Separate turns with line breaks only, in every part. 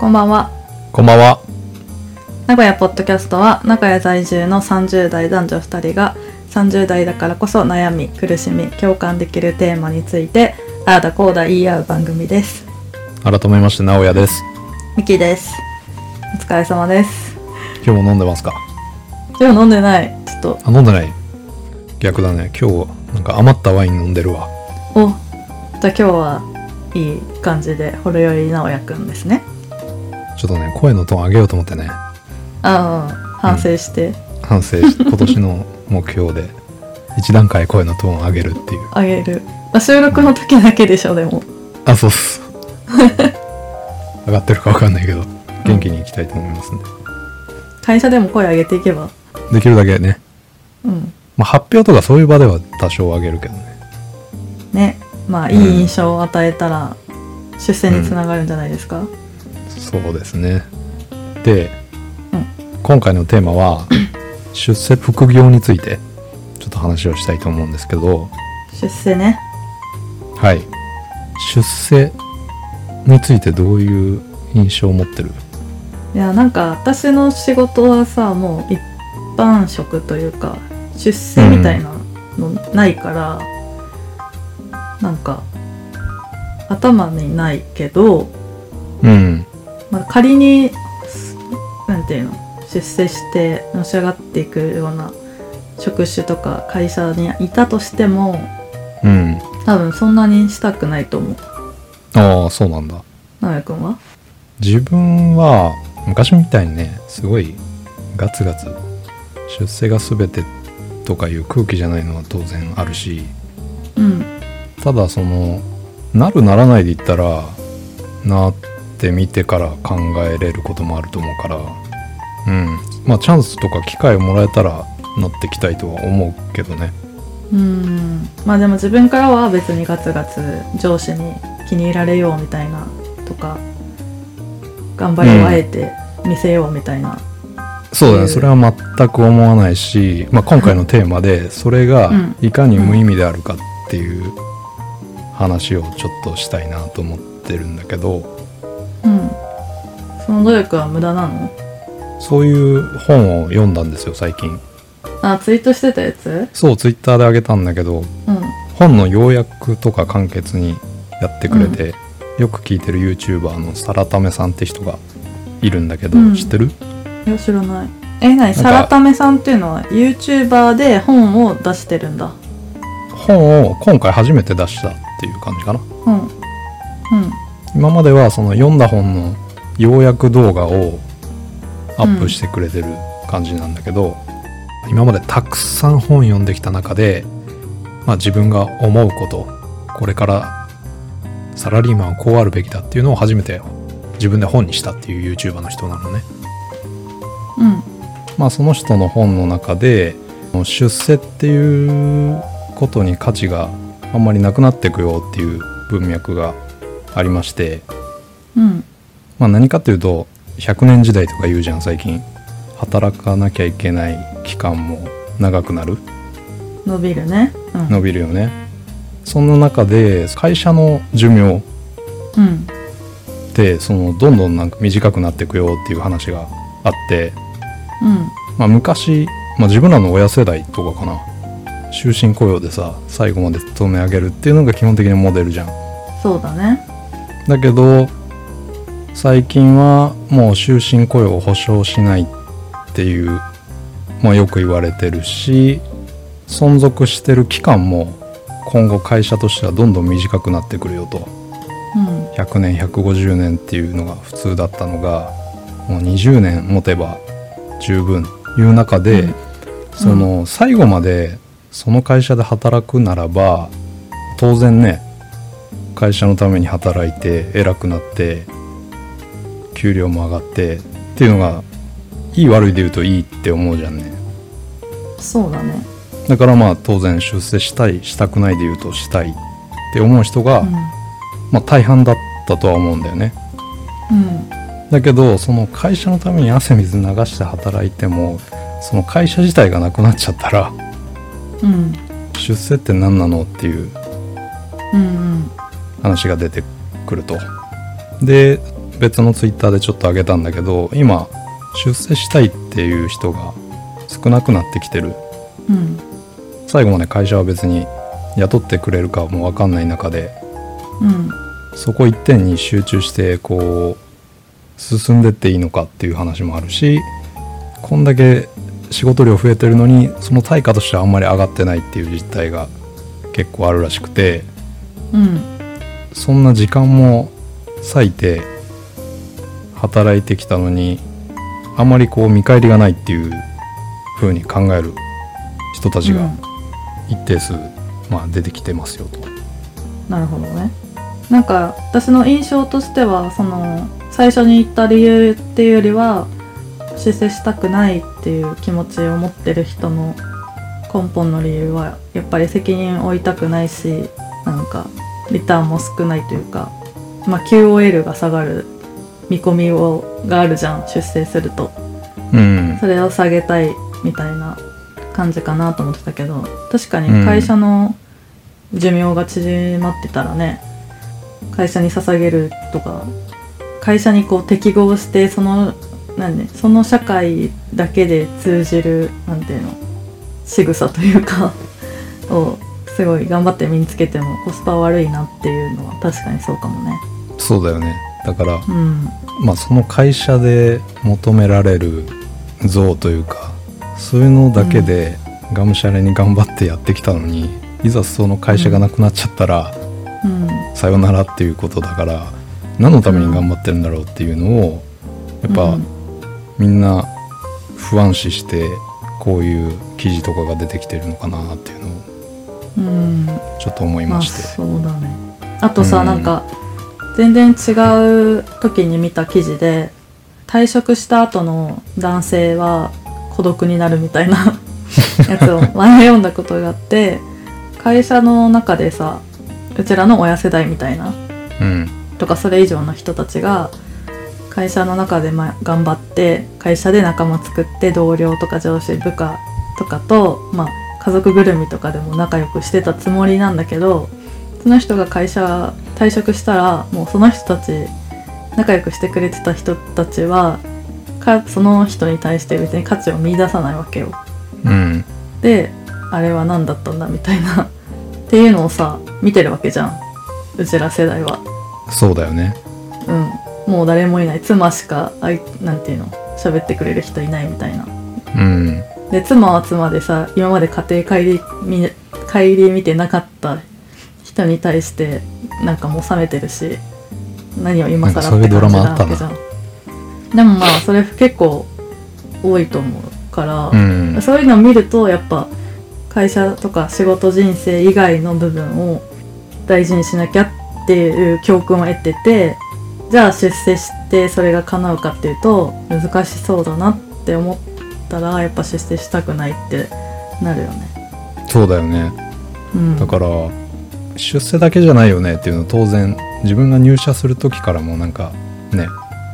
こんばんは。
こんばんは。
名古屋ポッドキャストは名古屋在住の30代男女2人が30代だからこそ悩み苦しみ共感できるテーマについてああだこうだ言い合う番組です
改めまして、直哉です。
ミキですお疲れ様です
今日も飲んでますか
今日飲んでないちょっと
あ、飲んでない。逆だね。今日は、なんか余ったワイン飲んでるわ。
おじゃあ今日はいい感じでほろ酔い直也くんですね
ちょっとね、声のトーン上げようと思ってね。
ああ反省して
反省し、今年の目標で、一段階声のトーン上げるっていう。
あげる、まあ、収録の時だけでしょでも
あ、そうっす。上がってるかわかんないけど、元気にいきたいと思いますね。
会社でも声上げていけば
できるだけね。
うん
まあ、発表とかそういう場では多少上げるけどね。
ねまあいい印象を与えたら出世につながるんじゃないですか、
そうですね。で、
うん
今回のテーマ は出世副業についてちょっと話をしたいと思うんですけど
出世ね
はい出世についてどういう印象を持ってる
いやなんか私の仕事はさもう一般職というか出世みたいなのないから、なんか頭にないけど、
うん
まあ、仮にすなんていうの出世してのし上がっていくような職種とか会社にいたとしても
うん
多分そんなにしたくないと思う
ああそうなんだ
直也くんは
自分は昔みたいにねすごいガツガツ出世が全てとかいう空気じゃないのは当然あるし
うん
ただそのなるならないで言ったらなってみてから考えれることもあると思うからうんまあチャンスとか機会をもらえたらなってきたいとは思うけどね
うんまあでも自分からは別にガツガツ上司に気に入られようみたいなとか頑張りをあえて見せようみたいな、
そうだ
う
ね
ん
それは全く思わないし、まあ、今回のテーマでそれが
うん
いかに無意味であるかっていう話をちょっとしたいなと思ってるんだけど
うんその努力は無駄なの
そういう本を読んだんですよ最近
あツイートしてたやつ
そうツイッターであげたんだけど
うん
本の要約とか簡潔にやってくれて、よく聞いてる YouTuber のさらためさんって人がいるんだけど、
うん
知ってる
いや知らないえ何
か
さらためさんっていうのは YouTuber で本を出してるんだ
本を今回初めて出したっていう感じかな
うんうん
今まではその読んだ本の要約動画をアップしてくれてる感じなんだけど、今までたくさん本読んできた中で、まあ、自分が思うことこれからサラリーマンはこうあるべきだっていうのを初めて自分で本にしたっていう YouTuber の人なのね
うん
まあ、その人の本の中で出世っていうことに価値があんまりなくなっていくよっていう文脈がありまして、
うん
まあ、何かというと100年時代とか言うじゃん最近働かなきゃいけない期間も長くなる
伸びるね
伸びるよねそんな中で会社の寿命
うんうん
ってそのどんどんなんか短くなっていくよっていう話があって
うん
まあ、昔、まあ、自分らの親世代とかかな終身雇用でさ最後まで勤め上げるっていうのが基本的にモデルじゃん
そうだね
だけど最近はもう終身雇用を保証しないっていう、まあ、よく言われてるし存続してる期間も今後会社としてはどんどん短くなってくるよと
うん
100年150年っていうのが普通だったのがもう20年持てば十分いう中で、
うん
その最後までその会社で働くならば当然ね会社のために働いて偉くなって給料も上がってっていうのがいい悪いで言うといいって思うじゃんね
そうだね
だからまあ当然出世したいしたくないで言うとしたいって思う人が、まあ大半だったとは思うんだよね
うんうん
だけどその会社のために汗水流して働いてもその会社自体がなくなっちゃったら
うん
出世って何なのっていう
うんうん
話が出てくるとで別のツイッターでちょっと上げたんだけど今出世したいっていう人が少なくなってきてる
うん
最後まで会社は別に雇ってくれるかも分かんない中で
うん
そこ一点に集中してこう進んでっていいのかっていう話もあるしこんだけ仕事量増えてるのにその対価としてはあんまり上がってないっていう実態が結構あるらしくて
うん
そんな時間も割いて働いてきたのにあんまりこう見返りがないっていう風に考える人たちが一定数、まあ、出てきてますよと。
なるほどねなんか私の印象としてはその最初に言った理由っていうよりは出世したくないっていう気持ちを持ってる人の根本の理由はやっぱり責任を負いたくないしなんかリターンも少ないというか、まあ、QOL が下がる見込みをがあるじゃん出世すると
うん
それを下げたいみたいな感じかなと思ってたけど確かに会社の寿命が縮まってたらね、会社に捧げるとか会社にこう適合してその何、ね、その社会だけで通じるなんていうの仕草というかをすごい頑張って身につけてもコスパ悪いなっていうのは確かにそうかもね。
そうだよねだから
うん、
まあ、その会社で求められる像というかそういうのだけでがむしゃらに頑張ってやってきたのに、いざその会社がなくなっちゃったら、
うん
さよならっていうことだから何のために頑張ってるんだろうっていうのをやっぱ、
うん
みんな不安視してこういう記事とかが出てきてるのかなっていうのを
うん
ちょっと思いまして。
あ、そうだねあとさ、
うん
なんか全然違う時に見た記事で退職した後の男性は孤独になるみたい なやつを前読んだことがあって会社の中でさうちらの親世代みたいな
うん
とかそれ以上の人たちが会社の中でまあ頑張って会社で仲間作って同僚とか上司部下とかと、まあ、家族ぐるみとかでも仲良くしてたつもりなんだけどその人が会社退職したらもうその人たち仲良くしてくれてた人たちはかその人に対して別に価値を見出さないわけよ。
うん
であれは何だったんだみたいなっていうのをさ見てるわけじゃんうちら世代は。
そうだよね
うん、もう誰もいない妻しかあいなんていうの喋ってくれる人いないみたいな
うん
で妻は妻でさ今まで家庭帰りみ顧みてなかった人に対してなんかもう冷めてるし何を今更
なんかそういう
って
ドラ
感じ
マ
な
あった
わ
な
けじゃんでもまあそれ結構多いと思うから、
うん
そういうのを見るとやっぱ会社とか仕事人生以外の部分を大事にしなきゃっていう教訓を得ててじゃあ出世してそれが叶うかっていうと難しそうだなって思ったらやっぱ出世したくないってなるよね。
そうだよね
うん、
だから出世だけじゃないよねっていうのは当然自分が入社する時からもなんかね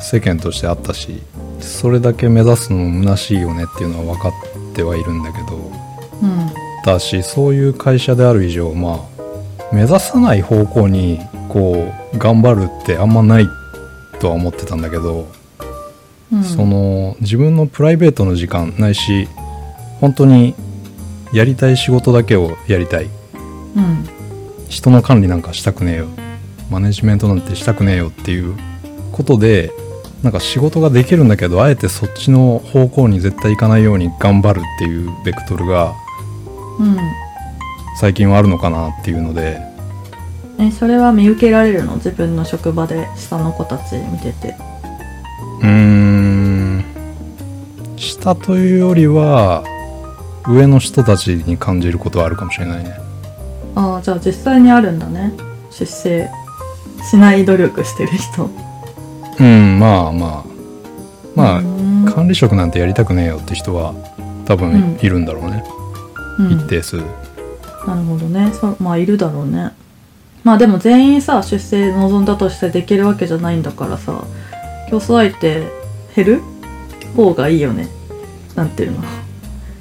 世間としてあったしそれだけ目指すのも虚しいよねっていうのは分かってはいるんだけど
うん
だしそういう会社である以上まあ目指さない方向にこう頑張るってあんまないとは思ってたんだけど、
うん、
その自分のプライベートの時間ないし本当にやりたい仕事だけをやりたい
うん
人の管理なんかしたくねえよマネジメントなんてしたくねえよっていうことでなんか仕事ができるんだけどあえてそっちの方向に絶対行かないように頑張るっていうベクトルが
うん
最近はあるのかなっていうので
えそれは見受けられるの自分の職場で下の子たち見てて。
うーん下というよりは上の人たちに感じることはあるかもしれないね
ああじゃあ実際にあるんだね出世しない努力してる人
うんまあまあまあ、
うん
管理職なんてやりたくねえよって人は多分いるんだろうね、
うん
一定数。
なるほどねそうまあいるだろうねまあでも全員さ出世望んだとしてできるわけじゃないんだからさ競争相手減る方がいいよねなんていうの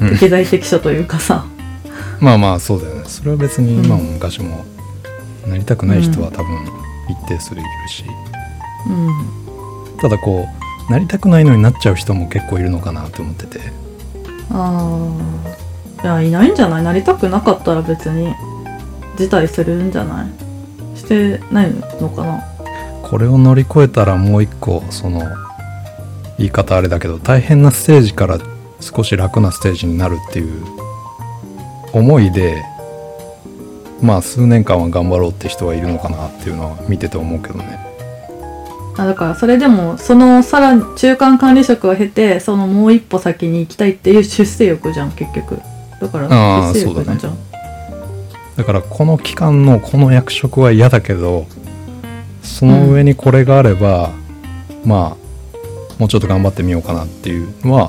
うん
適材適所というかさ
まあまあそうだよねそれは別に
うん
今も昔もなりたくない人は多分一定数いるし、
うん
ただこうなりたくないのになっちゃう人も結構いるのかなと思ってて
ああいやいないんじゃないなりたくなかったら別に辞退するんじゃないしてないのかな
これを乗り越えたらもう一個その言い方あれだけど大変なステージから少し楽なステージになるっていう思いでまあ数年間は頑張ろうって人はいるのかなっていうのは見てて思うけどね
あだからそれでもそのさらに中間管理職を経てそのもう一歩先に行きたいっていう出世欲じゃん結局だから
あー
出世欲なんじゃん、
だからこの期間のこの役職は嫌だけどその上にこれがあれば、まあもうちょっと頑張ってみようかなっていうのは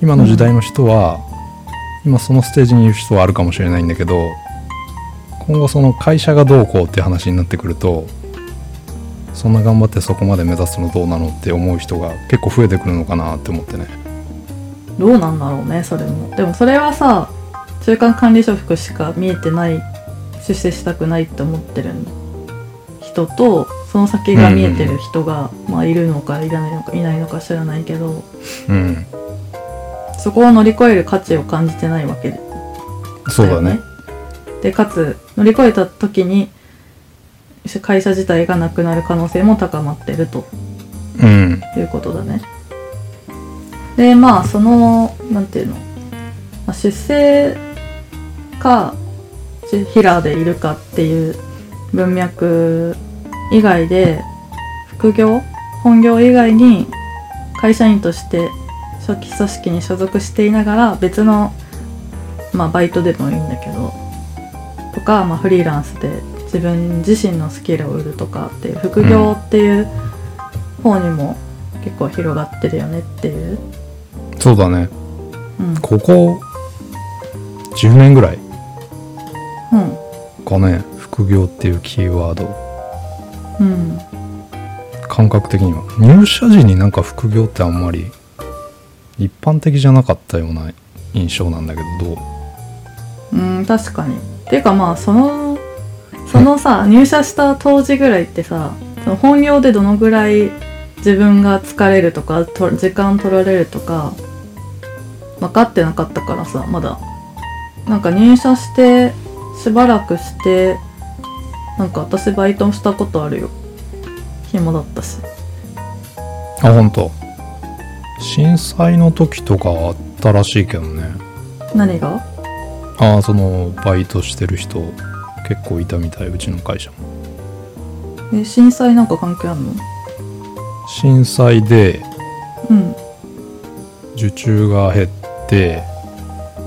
今の時代の人は、今そのステージにいる人はあるかもしれないんだけど今後その会社がどうこうって話になってくるとそんな頑張ってそこまで目指すのどうなのって思う人が結構増えてくるのかなって思ってね
どうなんだろうねそれもでもそれはさ中間管理職しか見えてない出世したくないって思ってる人とその先が見えてる人が、まあ、いるのかいらないのかいないのか知らないけど
うん
そこを乗り越える価値を感じてないわけで
そうだね
でかつ乗り越えた時に会社自体がなくなる可能性も高まってると
うん
ということだね。でまあそのなんていうの、まあ、出生かしヒラーでいるかっていう文脈以外で副業本業以外に会社員として初期組織に所属していながら別の、まあ、バイトでもいいんだけどとか、まあ、フリーランスで自分自身のスキルを売るとかっていう副業っていう方にも結構広がってるよねっていう、
そうだね
うん
ここ10年ぐらい
うん
かね副業っていうキーワード
うん、
感覚的には入社時になんか副業ってあんまり一般的じゃなかったような印象なんだけどどう
うん、確かにっていうかまあそのそのさ入社した当時ぐらいってさその本業でどのぐらい自分が疲れるとかと時間取られるとか分かってなかったからさまだなんか入社してしばらくしてなんか私バイトしたことあるよ暇だったし
あ本当震災の時とかあったらしいけどね
何が
ああそのバイトしてる人結構いたみたいうちの会社も
え震災なんか関係あるの
震災で
うん
受注が減って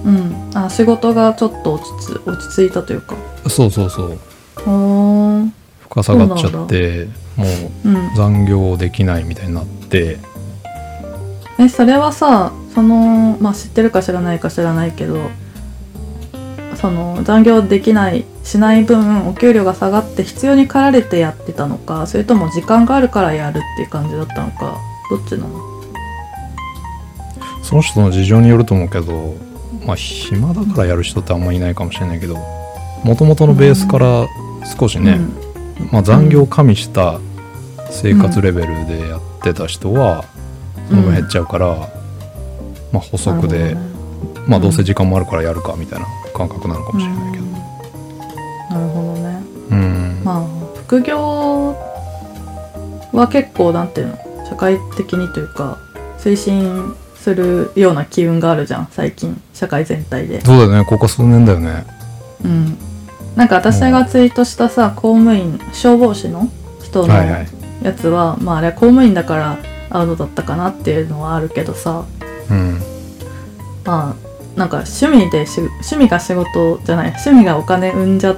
うん、あ仕事がちょっと落ちつ落ち着いたというか
そうそうそう
ほーん
深さがっちゃってもう
うん
残業できないみたいになって
えそれはさそのまあ知ってるか知らないか知らないけどその残業できないしない分お給料が下がって必要に駆られてやってたのかそれとも時間があるからやるっていう感じだったのかどっちなの
その人の事情によると思うけどまあ暇だからやる人ってあんまいないかもしれないけどもともとのベースから少しね、まあ、残業を加味した生活レベルでやってた人はその分減っちゃうから、まあ補足で、まあどうせ時間もあるからやるかみたいな感覚なのかもしれないけど
なるほどね
うん
まあ副業は結構なんていうの社会的にというか推進するような機運があるじゃん最近社会全体で。
そうだよねここ数年だよね
うん、なんか私がツイートしたさ公務員消防士の人の
はいはい
やつは、まああれ公務員だからアウトだったかなっていうのはあるけどさ
うん
まあなんか趣味でし趣味が仕事じゃない趣味がお金生んじゃっ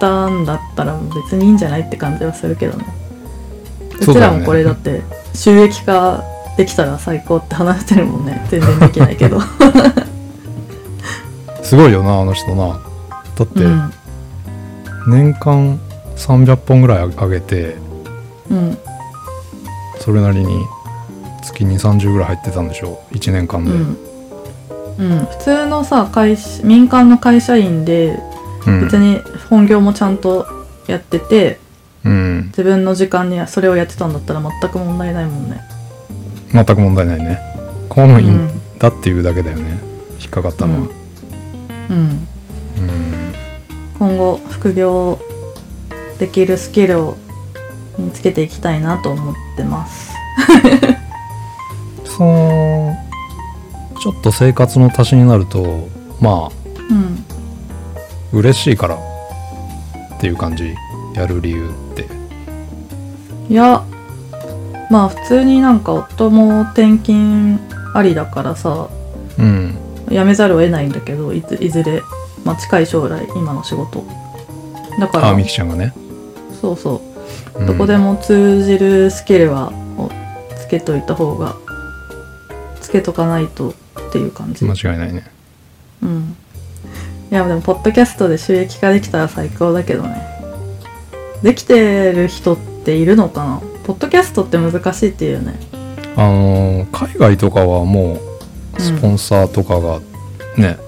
たんだったら別にいいんじゃないって感じはするけどねう
そう
ち
だよね
らもこれだって収益化できたら最高って話してるもんね全然できない けど、
すごいよなあの人なだって、
うん
年間300本ぐらい上げて
うん
それなりに月2 3 0ぐらい入ってたんでしょう1年間で、
うんうん、普通のさ会社民間の会社員で
うん
別に本業もちゃんとやってて、
うん
自分の時間にそれをやってたんだったら全く問題ないもんね
全く問題ないね公務
う
員
ん
だっていうだけだよね、引っかかったのは
うん今後副業できるスキルを身につけていきたいなと思ってます
うんそのちょっと生活の足しになるとまあ
うん
嬉しいからっていう感じやる理由って
いやまあ普通になんか夫も転勤ありだからさ
うん
辞めざるを得ないんだけどいずいずれ、まあ、近い将来今の仕事だか
あ
ら
みきちゃんがね、
そうそう
う
どこで
も
も通じるスキルはをつけといた方がつけとかないとっていう感じ、
間違いないね
うんいやでもポッドキャストで収益化できたら最高だけどねできてる人っているのかなポッドキャストって難しいっていうよね
あのー海外とかはもうスポンサーとかがね、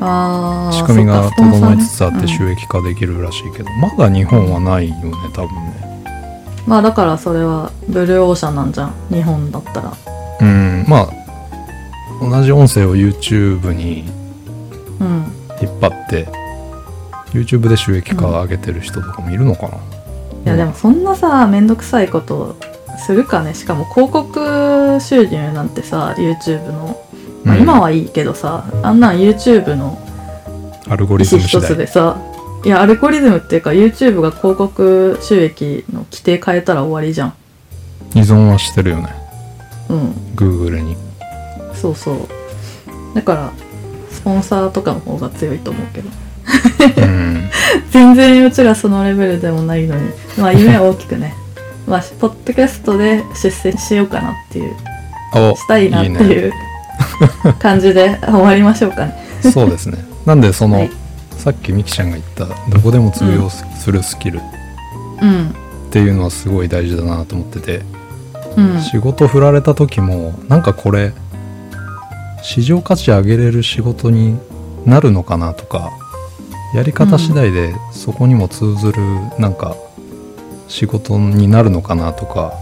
あー
仕組み
そ
が
っかスポンサー
整
ね
いつつあって
うん
収益化できるらしいけど、まだ日本はないよね多分ね
まあだからそれはブルーオーシャンなんじゃん日本だったら
うんまあ同じ音声を YouTube に
うん
引っ張って YouTube で収益化上げてる人とかもいるのかな、
いやでもそんなさめんどくさいことするかねしかも広告収入なんてさ YouTube の、まあ、
うん
今はいいけどさ、あんなん YouTube の
アルゴ
意
リズ
思
ム次
一
第
つでさいやアルゴリズムっていうか YouTube が広告収益の規定変えたら終わりじゃん
依存はしてるよね
うん
Google に
そうそうだからスポンサーとかの方が強いと思うけど
うん
全然うちらそのレベルでもないのにまあ夢は大きくね まあポッドキャストで出世しようかなっていう
お
したいなっていう 感じで終わりましょうかね。
ね、そうですねなんでその、
はい
さっきみきちゃんが言ったどこでも通用すするスキル
うん。
っていうのはすごい大事だなと思ってて、
うん。
仕事振られた時もなんかこれ市場価値上げれる仕事になるのかなとかやり方次第でそこにも通ずるなんか仕事になるのかなとか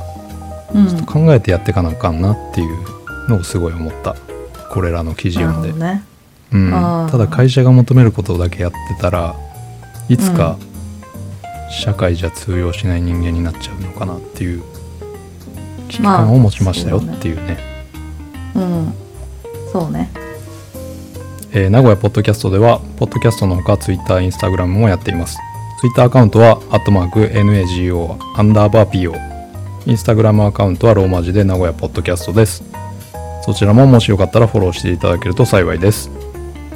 うん。
考えてやってかなあかんなっていうのをすごい思ったこれらの記事
なる
読ん
ほ
で
ど、ね。
うん、
あー
ただ会社が求めることだけやってたらいつか社会じゃ通用しない人間になっちゃうのかなっていう危機感を持ちましたよ
まあ
っていうね,、
うん。そうね。
えー名古屋ポッドキャストではポッドキャストのほか TwitterInstagram もやっています Twitter アカウントは「#NAGO アンダーバー PO」Instagram アカウントはローマ字で名古屋ポッドキャストですそちらももしよかったらフォローしていただけると幸いです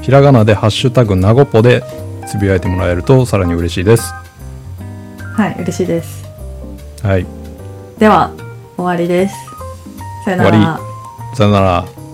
ひらがなで「ハッシュタグなごぽ」でつぶやいてもらえるとさらに嬉しいです
はい、嬉しいです。
はい
では、終わりです。さよな
終わ
ら
り。さよなら